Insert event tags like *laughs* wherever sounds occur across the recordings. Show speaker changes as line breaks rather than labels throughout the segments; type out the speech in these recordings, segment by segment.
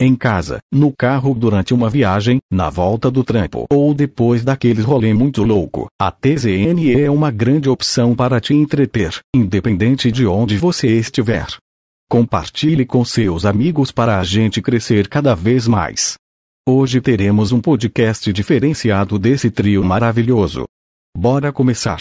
Em casa, no carro durante uma viagem, na volta do trampo ou depois daquele rolê muito louco, a TZN é uma grande opção para te entreter, independente de onde você estiver. Compartilhe com seus amigos para a gente crescer cada vez mais. Hoje teremos um podcast diferenciado desse trio maravilhoso. Bora começar!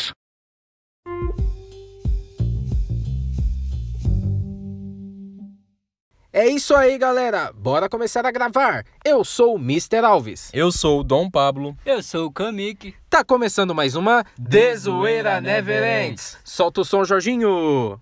É isso aí, galera. Bora começar a gravar. Eu sou o Mr. Alves.
Eu sou o Dom Pablo.
Eu sou o Kamik.
Tá começando mais uma Desoeira Never Ends. Solta o som, Jorginho.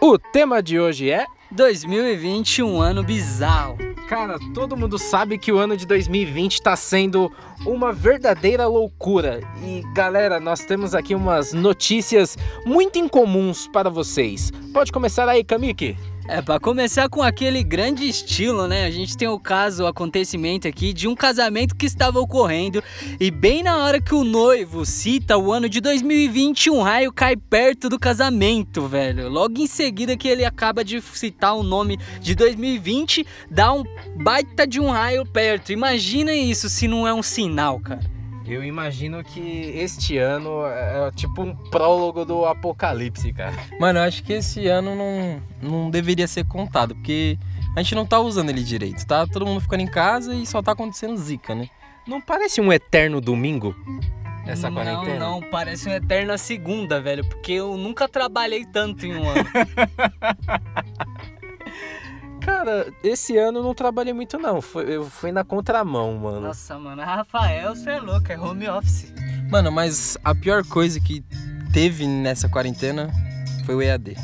O tema de hoje é
2020, um ano bizarro.
Cara, todo mundo sabe que o ano de 2020 tá sendo uma verdadeira loucura. E galera, nós temos aqui umas notícias muito incomuns para vocês. Pode começar aí, Kamiki.
É, pra começar com aquele grande estilo, né? A gente tem o caso, o acontecimento aqui de um casamento que estava ocorrendo e bem na hora que o noivo cita o ano de 2020, um raio cai perto do casamento, velho. Logo em seguida que ele acaba de citar o nome de 2020, dá um baita de um raio perto. Imagina isso se não é um sinal, cara.
Eu imagino que este ano é tipo um prólogo do apocalipse, cara.
Mano, eu acho que esse ano não, não deveria ser contado, porque a gente não tá usando ele direito, tá? Todo mundo ficando em casa e só tá acontecendo zica, né?
Não parece um eterno domingo essa quarentena?
Não, não, parece uma eterna segunda, velho, porque eu nunca trabalhei tanto em um ano.
Cara, esse ano eu não trabalhei muito não. Foi- eu fui na contramão, mano.
*laughs* Nossa, mano, Rafael, você é louco, é home office.
Mano, mas a pior coisa que teve nessa quarentena foi o EAD.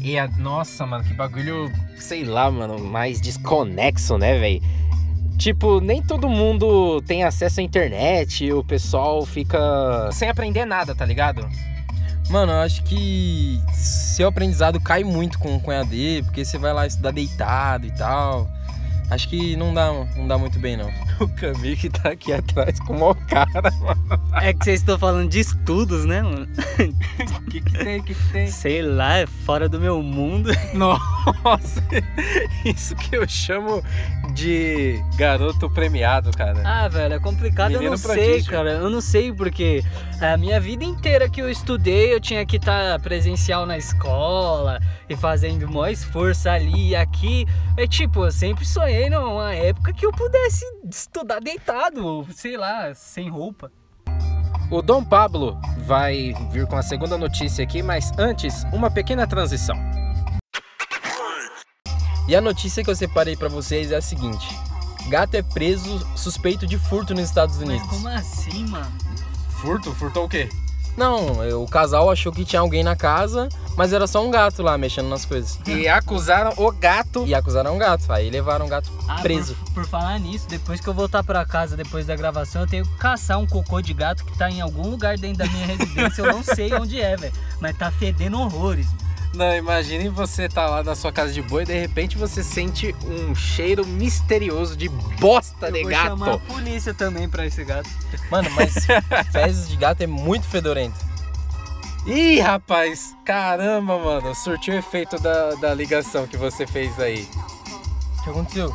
E a nossa, mano, que bagulho, sei lá, mano, mais desconexo, né, velho? Tipo, nem todo mundo tem acesso à internet e o pessoal fica sem aprender nada, tá ligado?
Mano, eu acho que seu aprendizado cai muito com, com EAD, porque você vai lá estudar deitado e tal. Acho que não dá, não dá muito bem, não.
O Camille que tá aqui atrás com o maior cara, mano.
É que vocês estão falando de estudos, né, mano?
O que, que tem, o que, que tem?
Sei lá, é fora do meu mundo.
*laughs* Nossa, isso que eu chamo de garoto premiado, cara.
Ah, velho, é complicado, eu
Menino
não sei,
prodígio.
cara. Eu não sei porque a minha vida inteira que eu estudei, eu tinha que estar presencial na escola e fazendo maior esforço ali e aqui. É tipo, eu sempre sonhei numa época que eu pudesse estudar deitado, ou sei lá, sem roupa.
O Dom Pablo vai vir com a segunda notícia aqui, mas antes, uma pequena transição.
E a notícia que eu separei pra vocês é a seguinte: gato é preso suspeito de furto nos Estados Unidos.
assim, mano?
Furto? Furtou o quê?
Não, eu- o casal achou que tinha alguém na casa, mas era só um gato lá mexendo nas coisas.
E acusaram o gato.
E acusaram um gato, aí levaram o gato.
Ah,
Preso.
Por, por falar nisso, depois que eu voltar pra casa depois da gravação, eu tenho que caçar um cocô de gato que tá em algum lugar dentro da minha residência. Eu não sei onde é, velho. Mas tá fedendo horrores.
Não, imagine você tá lá na sua casa de boi e de repente você sente um cheiro misterioso de bosta de
eu vou
gato.
chamar a polícia também pra esse gato.
Mano, mas *laughs* fezes de gato é muito fedorento.
Ih, rapaz, caramba, mano, surtiu o efeito da, da ligação que você fez aí.
O que aconteceu?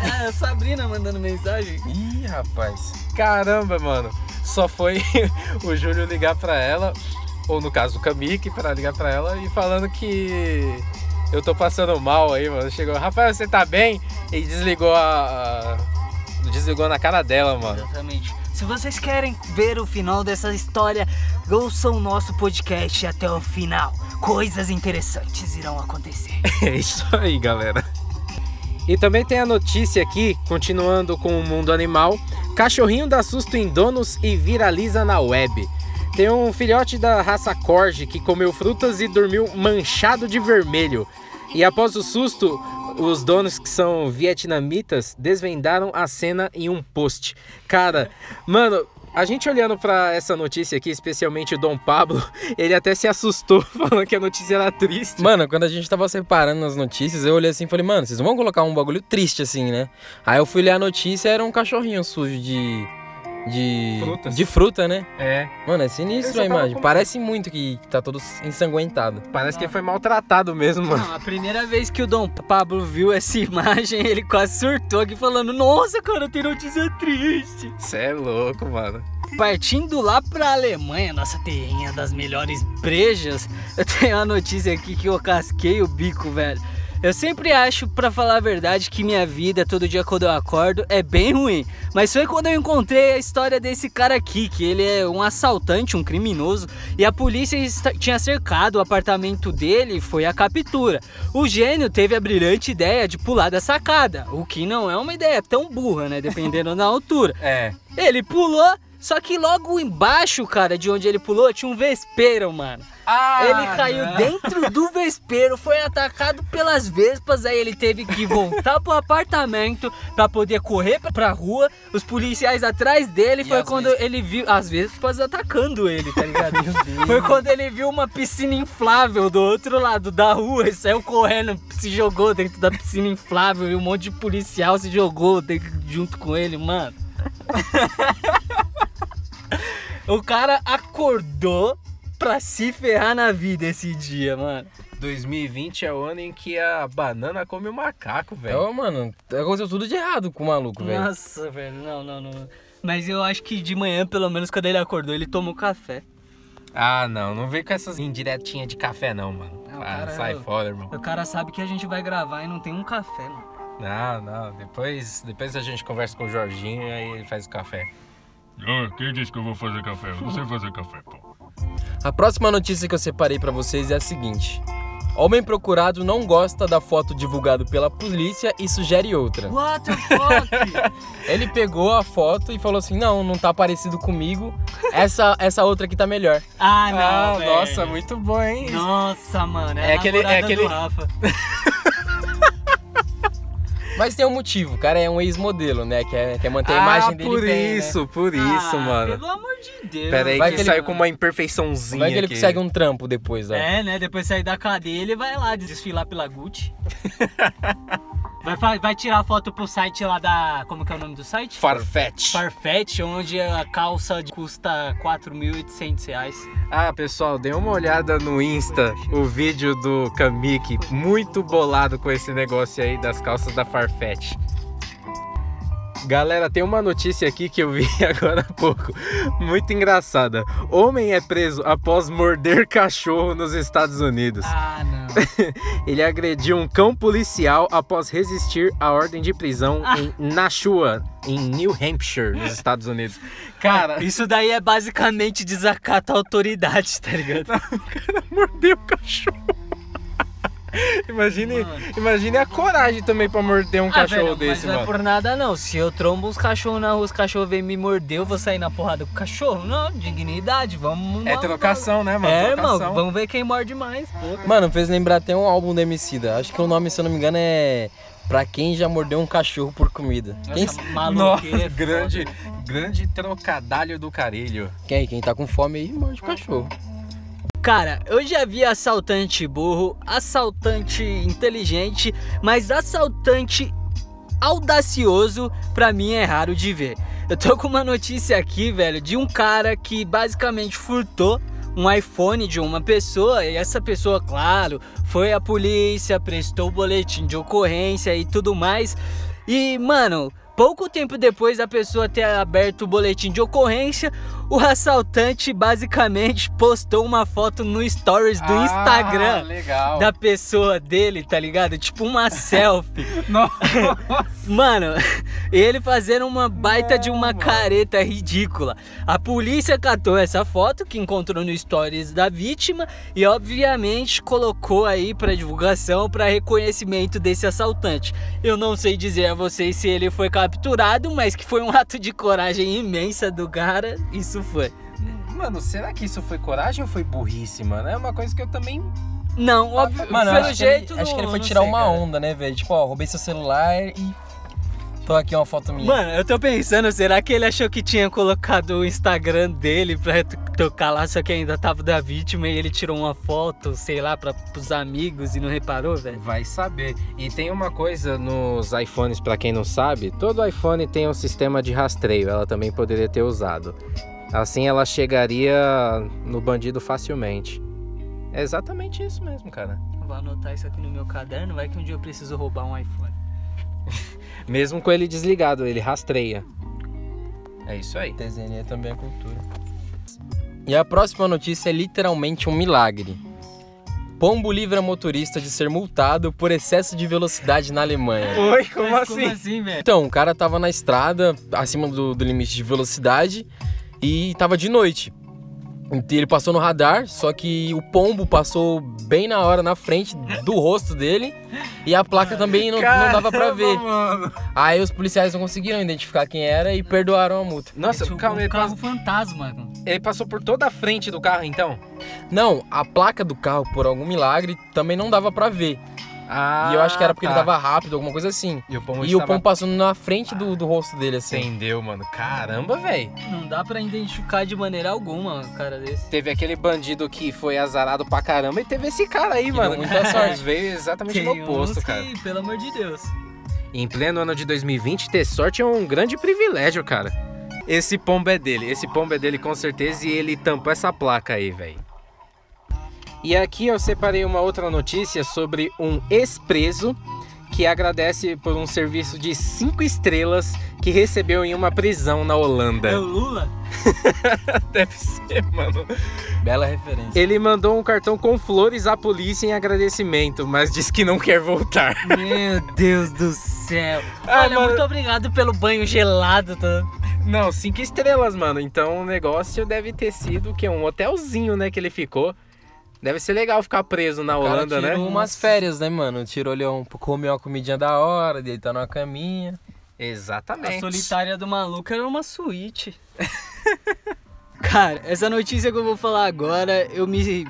Ah, a Sabrina mandando mensagem.
Ih, rapaz.
Caramba, mano, só foi *laughs* o Júlio ligar pra ela, ou no caso o Kamiki, pra ligar pra ela e falando que eu tô passando mal aí, mano. Chegou, Rafael, você tá bem? E desligou a. a- Desligou na cara dela, mano.
Exatamente. Se vocês querem ver o final dessa história, ouçam o nosso podcast até o final. Coisas interessantes irão acontecer.
*laughs* É isso aí, galera. E também tem a notícia aqui, continuando com o mundo animal: cachorrinho dá susto em donos e viraliza na web. Tem um filhote da raça Corgi que comeu frutas e dormiu manchado de vermelho. E após o susto, os donos que são vietnamitas desvendaram a cena em um post. Cara, mano, A gente olhando pra essa notícia aqui, especialmente o Dom Pablo, *laughs* ele até se assustou *laughs* falando que a notícia era triste.
Mano, quando a gente tava separando as notícias, eu olhei assim e falei, mano, vocês vão colocar um bagulho triste assim, né? Aí eu fui ler a notícia era um cachorrinho sujo de. De.
Frutas.
De fruta, né?
É,
Mano, é
Ele
sinistro
só
a
tava
imagem.
com-
Parece muito que tá todo ensanguentado.
parece que ele foi maltratado mesmo, mano.
*laughs* Não, a primeira vez que o Dom Pablo viu essa imagem, ele quase surtou aqui falando: Nossa, cara, tem notícia triste.
Você é louco, mano.
Partindo lá pra Alemanha, nossa terrinha das melhores brejas, eu tenho uma notícia aqui que eu casquei o bico, velho. Eu sempre acho, pra falar a verdade, que minha vida, todo dia quando eu acordo, é bem ruim. Mas foi quando eu encontrei a história desse cara aqui, que ele é um assaltante, um criminoso, e a polícia esta- tinha cercado o apartamento dele e foi a captura. O gênio teve a brilhante ideia de pular da sacada, o que não é uma ideia tão burra, né? Dependendo da altura.
É.
Ele pulou, só que logo embaixo, cara, de onde ele pulou, tinha um vespeiro, mano.
Ah,
ele caiu dentro do vespeiro, foi atacado pelas vespas, aí ele teve que voltar pro apartamento pra poder correr pra- pra rua. Os policiais atrás dele
E
foi
as
quando ele viu as vespas atacando ele, tá
*laughs*
ligado? foi quando ele viu uma piscina inflável do outro lado da rua e saiu correndo, se jogou dentro da piscina inflável e um monte de policial se jogou dentro- junto com ele, mano. *laughs* O cara acordou pra se ferrar na vida esse dia, mano.
2020 é o ano em que a banana come o macaco, velho.
Então, mano, aconteceu tudo de errado com o maluco, velho.
Nossa, velho, não, não, não. Mas eu acho que de manhã, pelo menos, quando ele acordou, ele tomou café.
Ah, não, não vem com essas indiretinhas de café, não, mano.
Não,
ah,
cara,
sai
eu-
fora, irmão.
O cara sabe que a gente vai gravar e não tem um café, mano.
Não, Ah, não, depois, depois a gente conversa com o Jorginho e aí ele faz o café.
Ah, quem disse que eu vou fazer café? Eu não sei fazer café, pô.
A próxima notícia que eu separei pra vocês é a seguinte: Homem procurado não gosta da foto divulgada pela polícia e sugere outra.
What the fuck?
Ele pegou a foto e falou assim: Não, não tá parecido comigo. Essa, essa outra aqui tá melhor.
*laughs* ah, não, velho.
nossa, muito bom, hein?
Nossa, mano, é,
É
a
aquele- é
namorada
aquele-
do Rafa.
Mas tem um motivo, o cara é um ex-modelo, né? Quer, quer manter a
Ah,
imagem dele.
por
bem, né?
isso, por isso,
Ah,
mano.
Pelo amor de Deus.
Pera aí
Vai
que
que ele-
saiu com uma imperfeiçãozinha
Vai que ele
aqui.
consegue um trampo depois, ó.
É, né? Depois sair da cadeia, ele vai lá desfilar
*laughs*
pela Gucci. vai, fa- vai tirar foto pro site lá da. Como que é o nome do site?
Farfetch.
Farfetch, onde a calça custa 4.800 reais.
Ah, pessoal, dê uma olhada no Insta, o vídeo do Kamiki, muito bolado com esse negócio aí das calças da Farfetch. Galera, tem uma notícia aqui que eu vi *laughs* agora há pouco, muito engraçada. Homem é preso após morder cachorro nos Estados Unidos.
Ah, *laughs* não.
Ele agrediu um cão policial após resistir à ordem de prisão em Nashua, em New Hampshire, nos Estados Unidos. Cara,
Isso daí é basicamente desacato à autoridade, tá ligado?
Um mordeu o cachorro. *laughs* Imagine,
Mano.
imagine a coragem também pra morder um
Ah,
cachorro
velho,
desse,
mas não é
mano.
por nada não. Se eu trombo os cachorros na rua, os cachorros vêm me morder, eu vou sair na porrada com o cachorro? Não, dignidade, vamos...
É trocação, né, mano?
É,
trocação.
irmão, vamos ver quem morde mais, pô.
Mano, fez lembrar até um álbum da Emicida. Acho que o nome, se eu não me engano, é Pra Quem Já Mordeu um Cachorro por Comida. Quem,
Nossa,
Nossa,
maluqueiro é
*laughs*
foda.
grande, grande trocadalho do carelho.
quem, quem tá com fome aí, morde o cachorro.
Cara, eu já vi assaltante burro, assaltante inteligente, mas assaltante audacioso, pra mim é raro de ver. Eu tô com uma notícia aqui, velho, de um cara que basicamente furtou um iPhone de uma pessoa e essa pessoa, claro, foi à polícia, prestou o boletim de ocorrência e tudo mais. E, mano, pouco tempo depois da pessoa ter aberto o boletim de ocorrência, o assaltante basicamente postou uma foto no stories do
Ah,
Instagram
legal.
da pessoa dele, tá ligado? Tipo
*laughs*
uma selfie. Mano, *laughs* ele fazendo uma baita de uma careta ridícula. A polícia catou essa foto que encontrou no stories da vítima e obviamente colocou aí pra divulgação, pra reconhecimento desse assaltante. Eu não sei dizer a vocês se ele foi capturado, mas que foi um ato de coragem imensa do cara, isso foi.
Mano, será que isso foi coragem ou foi burrice, mano? É uma coisa que eu também.
Não, óbvio,
Mano,
pelo
acho,
jeito
que ele, acho que ele
não-
foi
não
tirar
sei,
uma
cara.
onda, né, velho? Tipo, ó, roubei seu celular e. Tô aqui uma foto minha.
Mano, eu tô pensando, será que ele achou que tinha colocado o Instagram dele pra to- tocar lá, só que ainda tava da vítima e ele tirou uma foto, sei lá, pra, pros amigos e não reparou, velho?
Vai saber. E tem uma coisa nos iPhones, pra quem não sabe, todo iPhone tem um sistema de rastreio, ela também poderia ter usado. Assim ela chegaria no bandido facilmente. É exatamente isso mesmo, cara.
Vou anotar isso aqui no meu caderno, vai que um dia eu preciso roubar um iPhone.
Mesmo com ele desligado, ele rastreia. É isso aí.
TZNE também é cultura. E a próxima notícia é literalmente um milagre. Pombo livra motorista de ser multado por excesso de velocidade na Alemanha.
Oi,
Mas Como assim, velho?
Então, o cara tava na estrada, acima do, do limite de velocidade, e tava de noite. Então, Ele passou no radar, só que o pombo passou bem na hora na frente do rosto dele e a placa também não, não dava pra ver. Aí os policiais não conseguiram identificar quem era e perdoaram a multa.
Nossa,
Esse é um
calma, ele,
carro
pas-
fantasma. cara.
ele passou por toda a frente do carro então?
Não, a placa do carro, por algum milagre, também não dava pra ver.
Ah.
e eu acho que era porque ele
tá.
tava rápido, alguma coisa assim.
E o pombo
E o
estava-
pão passando na frente do, do rosto dele, assim.
Entendeu, mano? Caramba, velho.
Não dá pra identificar de maneira alguma um cara desse.
Teve aquele bandido que foi azarado pra caramba e teve esse cara aí,
Que
mano.
deu muita sorte.
Veio exatamente no é oposto,
uns
cara.
que, pelo amor de Deus.
Em pleno ano de 2020, ter sorte é um grande privilégio, cara. Esse pombo é dele, esse pombo é dele com certeza e ele tampou essa placa aí, velho. E aqui eu separei uma outra notícia sobre um ex-preso que agradece por um serviço de 5 estrelas que recebeu em uma prisão na Holanda.
É o Lula?
Deve ser, mano. é
Bela referência.
Ele mandou um cartão com flores à polícia em agradecimento, mas *laughs* diz que não quer voltar.
Meu Deus do céu.
Ah,
Olha,
mano.
muito obrigado pelo banho gelado. Tá?
Não, cinco estrelas, mano. Então o negócio deve ter sido que um hotelzinho, né, que ele ficou. Deve ser legal ficar preso na
O cara
Holanda, né?
tirou umas férias, né, mano? Tirou ali um, comeu uma comidinha da hora, deitar numa caminha.
Exatamente.
A solitária do maluco era uma suíte. *laughs* Cara, essa notícia que eu vou falar agora, eu me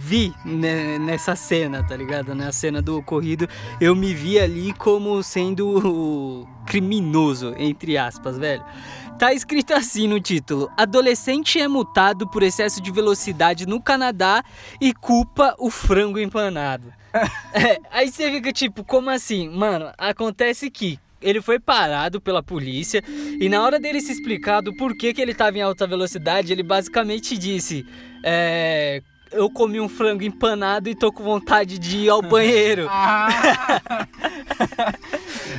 vi ne- nessa cena, tá ligado? Na cena do ocorrido, eu me vi ali como sendo o criminoso, entre aspas, velho. Tá escrito assim no título: Adolescente é multado por excesso de velocidade no Canadá e culpa o frango empanado. É, aí você fica tipo, como assim? Mano, acontece que ele foi parado pela polícia e na hora dele se explicar do porquê que ele tava em alta velocidade, ele basicamente disse: é, Eu comi um frango empanado e tô com vontade de ir ao banheiro. Ah!
*laughs*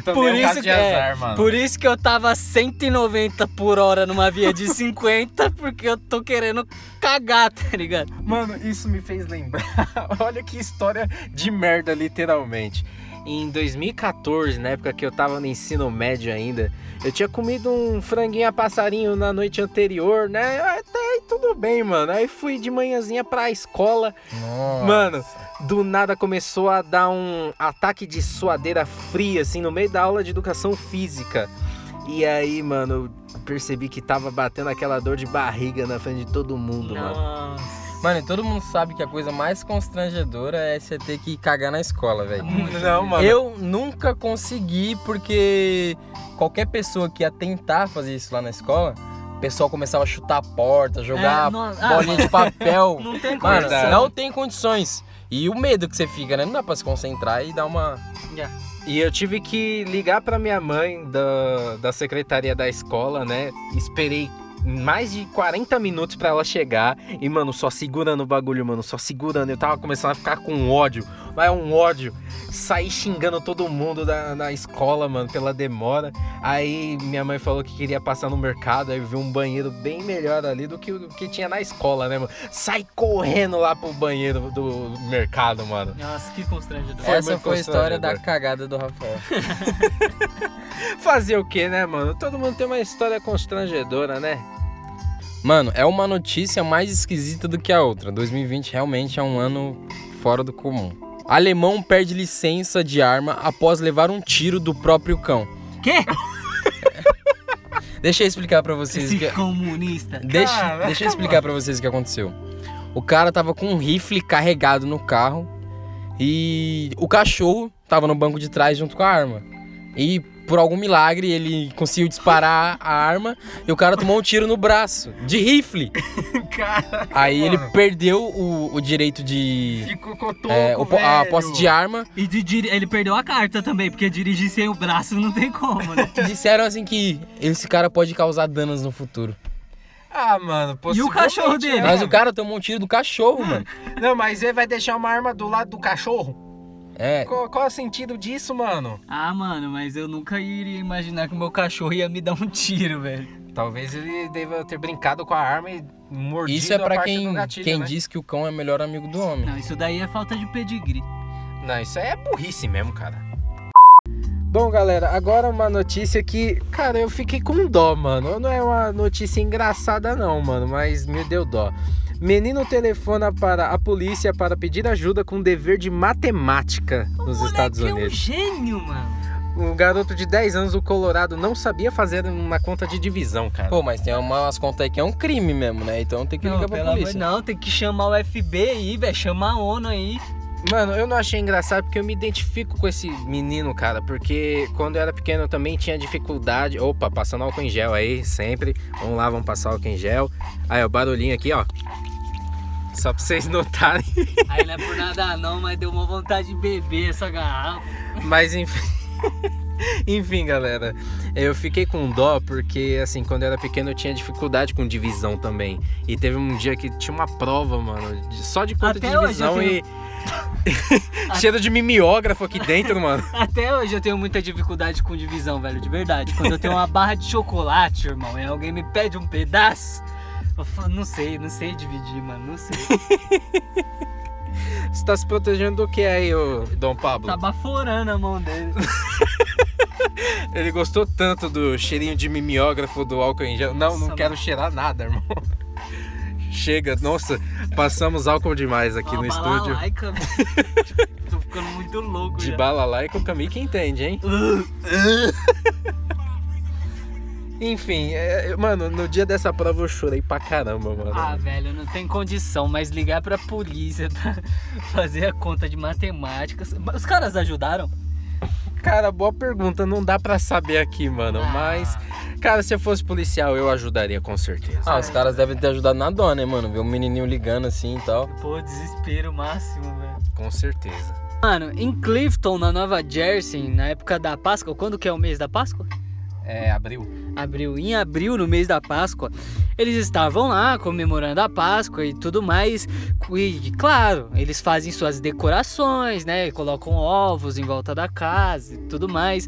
um
Por isso, que, é, por isso que eu tava 190 por hora numa via de 50, porque eu tô querendo cagar, tá ligado?
Mano, isso me fez lembrar. *laughs* Olha que história de merda, literalmente. Em 2014, na época que eu tava no ensino médio ainda, eu tinha comido um franguinho a passarinho na noite anterior, né? Até aí tudo bem, mano. Aí fui de manhãzinha pra escola.
Nossa.
Mano, do nada começou a dar um ataque de suadeira fria, assim, no meio da aula de educação física. E aí, mano, eu percebi que tava batendo aquela dor de barriga na frente de todo mundo, mano.
Mano, e todo mundo sabe que a coisa mais constrangedora é você ter que cagar na escola, velho.
Não,
Eu nunca consegui, porque qualquer pessoa que ia tentar fazer isso lá na escola, o pessoal começava a chutar a porta, jogar
nossa, ah,
bolinha
*laughs*
de papel.
não tem
Mano,
condição.
não tem condições. E o medo que você fica, né? Não dá pra se concentrar e dar uma.
E eu tive que ligar pra minha mãe da, da secretaria da escola, né? Esperei mais de 40 minutos pra ela chegar. E, mano, só segurando o bagulho, mano, só segurando. Eu tava começando a ficar com ódio. Mas um ódio. Saí xingando todo mundo da, na escola, mano, pela demora. Aí minha mãe falou que queria passar no mercado. Aí viu um banheiro bem melhor ali do que o que tinha na escola, né, mano? Sai correndo lá pro banheiro do mercado, mano.
Nossa, que constrangedor.
Foi
Essa
muito
foi a história da
constrangedor.
cagada do Rafael.
Fazer o que, né, mano? Todo mundo tem uma história constrangedora, né?
Mano, é uma notícia mais esquisita do que a outra. 2020 realmente é um ano fora do comum. Alemão perde licença de arma após levar um tiro do próprio cão.
Quê?
*laughs* Deixa eu explicar pra vocês. o que...
comunista.
Deixa, deixa
*laughs*
eu explicar pra vocês o que aconteceu. O cara tava com um rifle carregado no carro e o cachorro tava no banco de trás junto com a arma. E por algum milagre, ele conseguiu disparar a arma e o cara tomou um tiro no braço, de rifle.
Cara,
Aí ele
mano,
perdeu o, o direito de.
ficou cotoco,
é, o po- a posse de arma.
E de diri- ele perdeu a carta também, porque dirigir sem o braço não tem como, né?
Disseram assim que esse cara pode causar danos no futuro.
Ah, mano, possivelmente,
cachorro dele?
né,
Mas o
mano?
cara tomou um tiro do cachorro, mano.
Não, mas ele vai deixar uma arma do lado do cachorro?
É.
Qual, qual é o sentido disso, mano?
*laughs* Ah, mano, mas eu nunca iria imaginar que o meu cachorro ia me dar um tiro, velho.
Talvez ele deva ter brincado com a arma e mordido
Isso é
a
pra
parte
quem,
do gatilho,
quem
né?
diz que o cão é o melhor amigo do homem.
Não, isso daí é falta de pedigree.
Não, isso aí é burrice mesmo, cara.
Bom, galera, agora uma notícia que, cara, eu fiquei com dó, mano. Não é uma notícia engraçada, não, mano, mas me deu dó. Menino telefona para a polícia para pedir ajuda com dever de matemática nos Estados Unidos.
é um gênio, mano.
Um garoto de 10 anos do Colorado não sabia fazer uma conta de divisão, cara.
Pô, mas tem umas contas aí que é um crime mesmo, né? Então tem que
Não,
ligar pra
pelo amor,
polícia.
não, tem que chamar o FBI, velho, chamar a ONU aí.
Mano, eu não achei engraçado porque eu me identifico com esse menino, cara. Porque quando eu era pequeno eu também tinha dificuldade. Opa, passando álcool em gel aí, sempre. Vamos lá, vamos passar álcool em gel. Aí, ó, o barulhinho aqui, ó. Só pra vocês *laughs* notarem.
Aí não é por nada não, mas deu uma vontade de beber essa garrafa.
Mas enfim. *laughs* Enfim, galera, eu fiquei com dó porque, assim, quando eu era pequeno eu tinha dificuldade com divisão também. E teve um dia que tinha uma prova, mano, de- só de conta
Até
de
hoje eu
divisão
tenho-
e. *laughs*
*laughs*
Cheiro de mimeógrafo aqui dentro, mano.
Até hoje eu tenho muita dificuldade com divisão, velho, de verdade. Quando eu tenho uma barra de chocolate, irmão, e alguém me pede um pedaço, eu falo, não sei, não sei dividir, mano, não sei.
Você tá se protegendo do que aí, ô Dom Pablo?
Tá baforando a mão dele.
Ele gostou tanto do cheirinho de mimeógrafo do álcool em gel. Não,
Nossa,
não quero cheirar nada, irmão. *laughs* Chega, nossa, passamos álcool demais aqui
Uma
no estúdio.
balalaica, velho. *laughs* Tô ficando muito louco
De
já.
balalaica, o Camille que entende, hein? Enfim, é, mano, no dia dessa prova eu chorei pra caramba, mano.
Ah, velho, não tem condição, mas ligar pra polícia *laughs* pra fazer a conta de matemática. Os caras ajudaram?
Cara, boa pergunta, não dá pra saber aqui, mano. Mas, cara, se eu fosse policial, eu ajudaria com certeza.
Ah, os caras devem ter ajudado na dó, né, mano? Ver um menininho ligando assim e tal.
Pô, desespero máximo, velho.
Com certeza.
Mano, em Clifton, na Nova Jersey, na época da Páscoa, quando que é o mês da Páscoa?
É, abriu.
Abril. Em abril, no mês da Páscoa, eles estavam lá comemorando a Páscoa e tudo mais. E, claro, eles fazem suas decorações, né? Colocam ovos em volta da casa e tudo mais.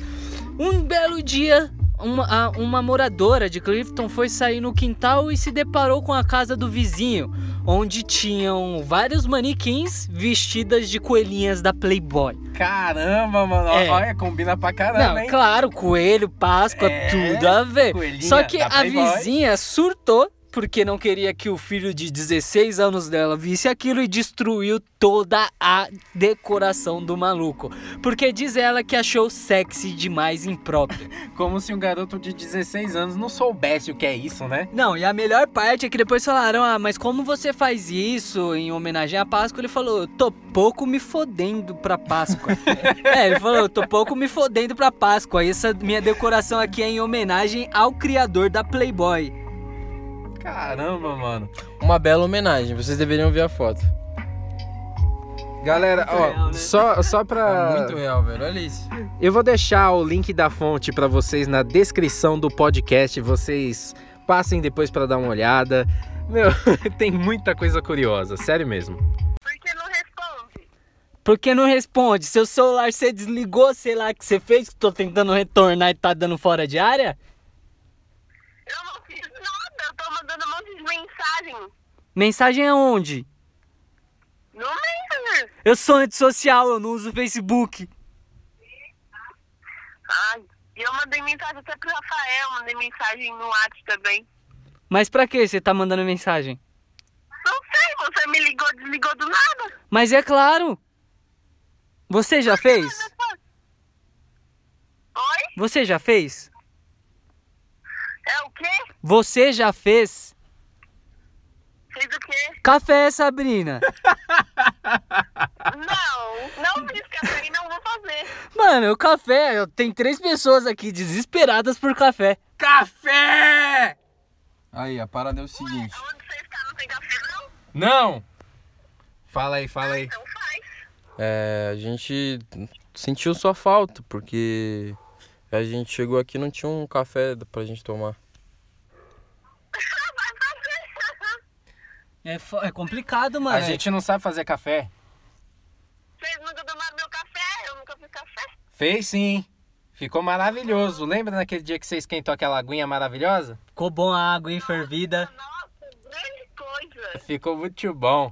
Um belo dia, uma, a- uma moradora de Clifton foi sair no quintal e se deparou com a casa do vizinho, onde tinham vários manequins vestidas de coelhinhas da Playboy.
Caramba, mano.
É.
Olha, combina pra caramba,
Não,
hein?
claro, coelho, Páscoa,
É,
tudo a ver.
coelhinha
Só que
da
a
Playboy.
vizinha surtou porque não queria que o filho de 16 anos dela visse aquilo e destruiu toda a decoração do maluco. Porque diz ela que achou sexy demais impróprio.
Como se um garoto de 16 anos não soubesse o que é isso, né?
*laughs* Não, e a melhor parte é que depois falaram: ah, mas como você faz isso em homenagem à Páscoa? Ele falou: eu tô pouco me fodendo pra *laughs* Páscoa. é, ele falou: eu tô pouco me fodendo pra Páscoa. Essa minha decoração aqui é em homenagem ao criador da Playboy.
Caramba, mano.
Uma bela homenagem, vocês deveriam ver a foto.
Galera,
Muito
ó,
real, né?
só, só
É
Ah.
pra.
muito real, velho. Olha isso.
Eu vou deixar o link da fonte pra vocês na descrição do podcast. Vocês passem depois pra dar uma olhada. Meu, *laughs* tem muita coisa curiosa, sério mesmo.
Porque não responde.
Por que não responde? Seu celular você desligou, sei lá, que você fez, que tô tentando retornar e tá dando fora de área?
Eu não fiz nada, eu tô mandando um monte de mensagem.
Mensagem é aonde?
No Messenger.
Eu sou antissocial, eu não uso Facebook.
Ai, e eu mandei mensagem até pro Rafael, mandei mensagem no WhatsApp também.
Mas pra que você tá mandando mensagem?
Não sei, você me ligou, desligou do nada.
Mas é claro. Você já fez?
Oi?
Você já fez?
É o quê?
Você já fez?
Fez
*laughs*
o quê?
Café, Sabrina.
Não, não fiz café e não vou fazer.
Mano, o café, eu- tem três pessoas aqui desesperadas por café.
Café!
Aí, a parada é o seguinte.
Onde você está não tem café, não?
Não! Fala aí, fala aí.
Então faz. *laughs*
É, a gente sentiu sua falta, porque a gente chegou aqui e não tinha um café pra gente tomar.
Vai fazer.
É, fo- é complicado, mano.
A gente não sabe fazer café.
Vocês nunca tomaram meu café? Eu nunca fiz café.
Fez sim. Ficou maravilhoso. Lembra naquele dia que você esquentou aquela aguinha maravilhosa?
Ficou bom a água, hein, fervida.
Nossa, grande coisa. *laughs*
Ficou muito bom.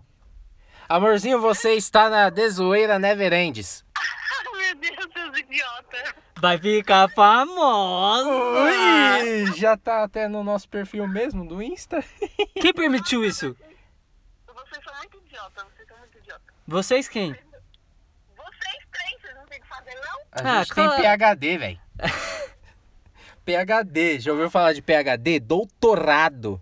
Amorzinho, você está na Desoeira Neverendes.
Ai, meu Deus, seus idiotas.
Vai ficar famosa.
Ui, já tá até no nosso perfil mesmo do Insta.
Quem permitiu isso?
Vocês são muito idiotas, vocês são muito idiotas.
Vocês quem?
Vocês três, é vocês não têm o que fazer, não?
A
Ah,
gente tem
claro.
PHD, velho. PHD, já ouviu falar de PHD? Doutorado.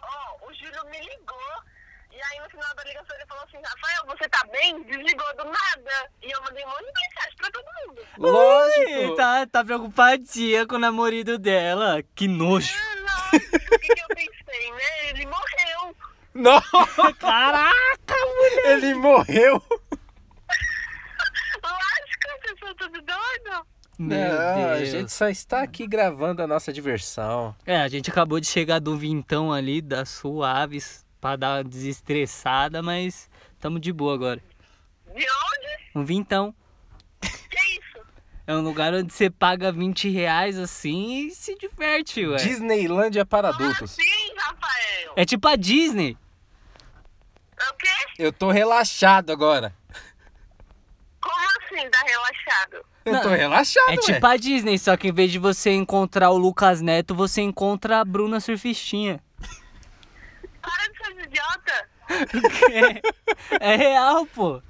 Ó, o Júlio me ligou. E aí, no final da ligação, ele falou assim: Rafael, você tá bem? Desligou do nada. E eu mandei um monte de mensagem pra todo mundo.
Lógico.
Ih, Tá, tá preocupadinha com o namorado dela. Que nojo.
Ah, Nossa, *laughs* o que, que eu pensei, né? Ele morreu.
*laughs* Não,
Caraca, mulher.
ele morreu.
Lógico, vocês são tudo doido.
Meu
não, a
Deus.
gente só está aqui gravando a nossa diversão.
É, a gente acabou de chegar do vintão ali, da suaves, pra dar uma desestressada, mas tamo de boa agora.
De onde?
Um vintão
Que é isso?
é um lugar onde você paga 20 reais assim e se diverte, ué.
Disneylândia para adultos.
Sim, Rafael.
É tipo a Disney.
É O quê?
Eu tô relaxado agora.
Como assim, tá relaxado?
Eu
Não,
tô relaxado,
É
ué.
tipo a Disney, só que em vez de você encontrar o Lucas Neto, você encontra a Bruna Surfistinha. *laughs*
Para de ser idiota.
É real, pô.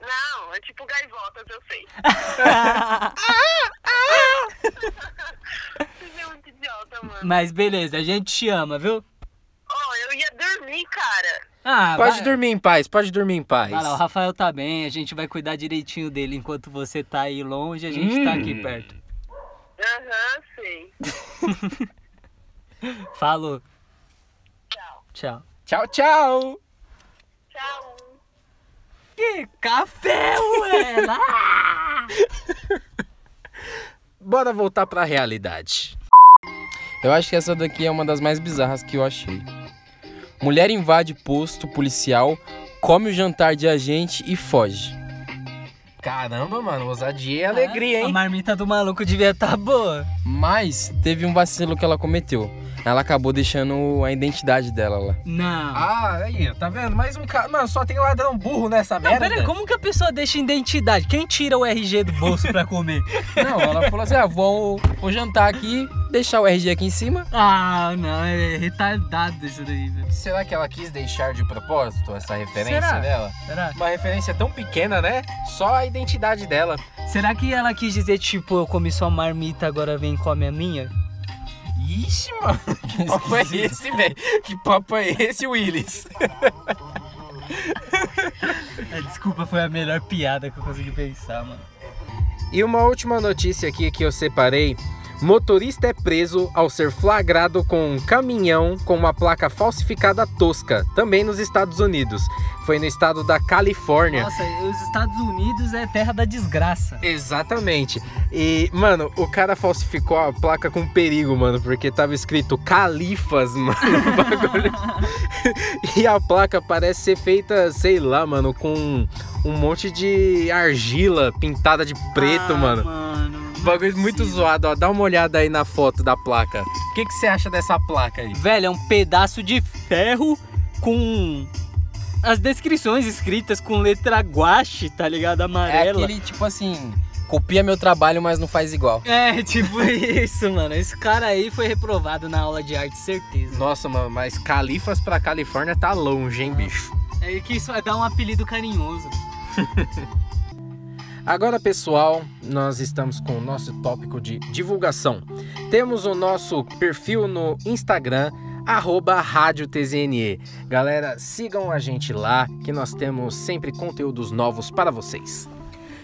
Não, é tipo gaivotas, eu *laughs* sei. Ah, Vocês são é muito idiota, mano.
Mas beleza, a gente te ama, viu?
Oh, eu ia dormir, cara.
Ah,
Pode
vai-
dormir em paz, pode dormir em paz.
Vai lá, o Rafael tá bem, a gente vai cuidar direitinho dele enquanto você tá aí longe, a gente tá aqui perto.
Aham, sei.
Falou.
Tchau.
Tchau.
Tchau, tchau.
Tchau.
Que café, *laughs* ué!
Bora voltar pra realidade.
Eu acho que essa daqui é uma das mais bizarras que eu achei. Mulher invade posto policial, come o jantar de agente e foge.
Caramba, mano, ousadia e alegria,
A
hein?
marmita do maluco devia tá boa.
Mas teve um vacilo que ela cometeu. Ela acabou deixando a identidade dela lá.
Não.
Ah, aí, tá vendo? Mais um cara. Mano, só tem ladrão burro nessa
Não,
merda.
pera, como que a pessoa deixa identidade? Quem tira o RG do bolso pra comer?
Não, ela falou assim: ah, vou, vou jantar aqui, deixar o RG aqui em cima.
Ah, não, é retardado isso daí, velho.
Será que ela quis deixar de propósito essa referência
Será?
dela?
Será?
Uma referência tão pequena, né? Só a identidade dela.
Será que ela quis dizer, tipo, eu comi sua marmita, agora vem e come a minha?
Ixi, mano, *laughs* que papo é esse, velho? Que papo é esse, Willis?
É, desculpa, foi a melhor piada que eu consegui pensar, mano.
E uma última notícia aqui que eu separei. Motorista é preso ao ser flagrado com um caminhão com uma placa falsificada tosca, também nos Estados Unidos. Foi no estado da Califórnia.
Nossa, os Estados Unidos é terra da desgraça.
Exatamente. E, mano, o cara falsificou a placa com perigo, mano, porque tava escrito Califas, *laughs* mano, no bagulho. *laughs* e a placa parece ser feita, sei lá, mano, com um monte de argila pintada de preto,
Ah,
mano.
mano. não
Bagulho
é
muito
possível.
zoado, ó. Dá uma olhada aí na foto da placa. O que que você acha dessa placa aí?
Velho, é um pedaço de ferro com as descrições escritas com letra guache, tá ligado?
É
Amarela.
aquele tipo assim: copia meu trabalho, mas não faz igual.
É, tipo *laughs* isso, mano. Esse cara aí foi reprovado na aula de arte, certeza.
Nossa, mano, mas Califas pra Califórnia tá longe, hein, bicho?
É que isso vai dar um apelido carinhoso.
Agora, pessoal, nós estamos com o nosso tópico de divulgação. Temos o nosso perfil no Instagram, arroba Rádio TZNE. Galera, sigam a gente lá, que nós temos sempre conteúdos novos para vocês.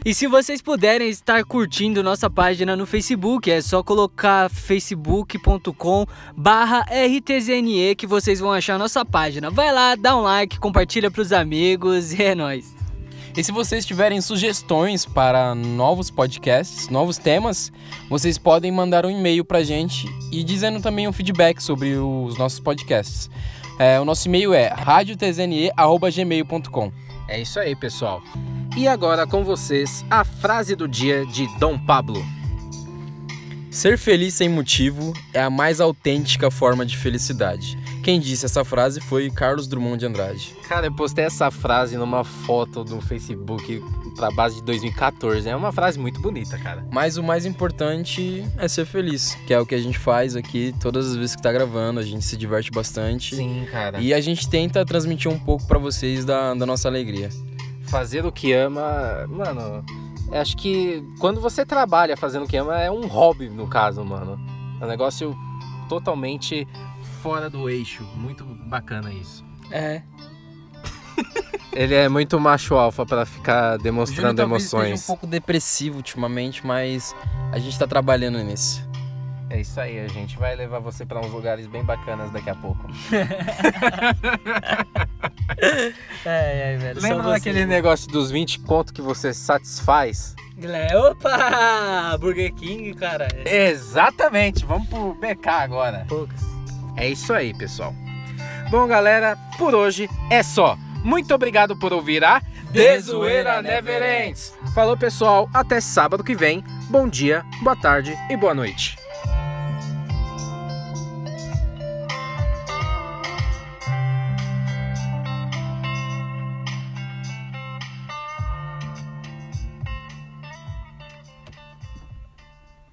E se vocês puderem estar curtindo nossa página no Facebook, é só colocar facebook.com barra rtzne que vocês vão achar nossa página. Vai lá, dá um like, compartilha pros amigos e é nóis.
E se vocês tiverem sugestões para novos podcasts, novos temas, vocês podem mandar um e-mail pra gente e dizendo também um feedback sobre os nossos podcasts. É, o nosso e-mail é radiotzne.gmail.com.
É isso aí, pessoal. E agora com vocês, a frase do dia de Dom Pablo.
Ser feliz sem motivo é a mais autêntica forma de felicidade. Quem disse essa frase foi Carlos Drummond de Andrade.
Cara, eu postei essa frase numa foto do Facebook pra base de 2014. É uma frase muito bonita, cara.
Mas o mais importante é ser feliz, que é o que a gente faz aqui todas as vezes que tá gravando, a gente se diverte bastante.
Sim, cara.
E a gente tenta transmitir um pouco pra vocês da, da nossa alegria.
fazer o que ama, mano. eu Acho que quando você trabalha fazendo o que ama é um hobby no caso, mano. É um negócio totalmente fora do eixo. Muito bacana isso.
É.
Ele é muito macho alfa pra ficar
O Júlio
demonstrando
talvez esteja um
emoções.
pouco depressivo ultimamente, mas a gente tá trabalhando nisso.
É isso aí, a gente vai levar você pra uns lugares bem bacanas daqui a pouco.
É, é, velho.
Lembra daquele negócio dos 20 conto que você satisfaz?
Opa! Burger King, cara.
Exatamente, vamos pro BK agora. É isso aí, pessoal. Bom, galera, por hoje é só. Muito obrigado por ouvir a
The
Dezoeira
Zoeira
Never
Never
Ends. Falou, pessoal. Até sábado que vem. Bom dia, boa tarde e boa noite.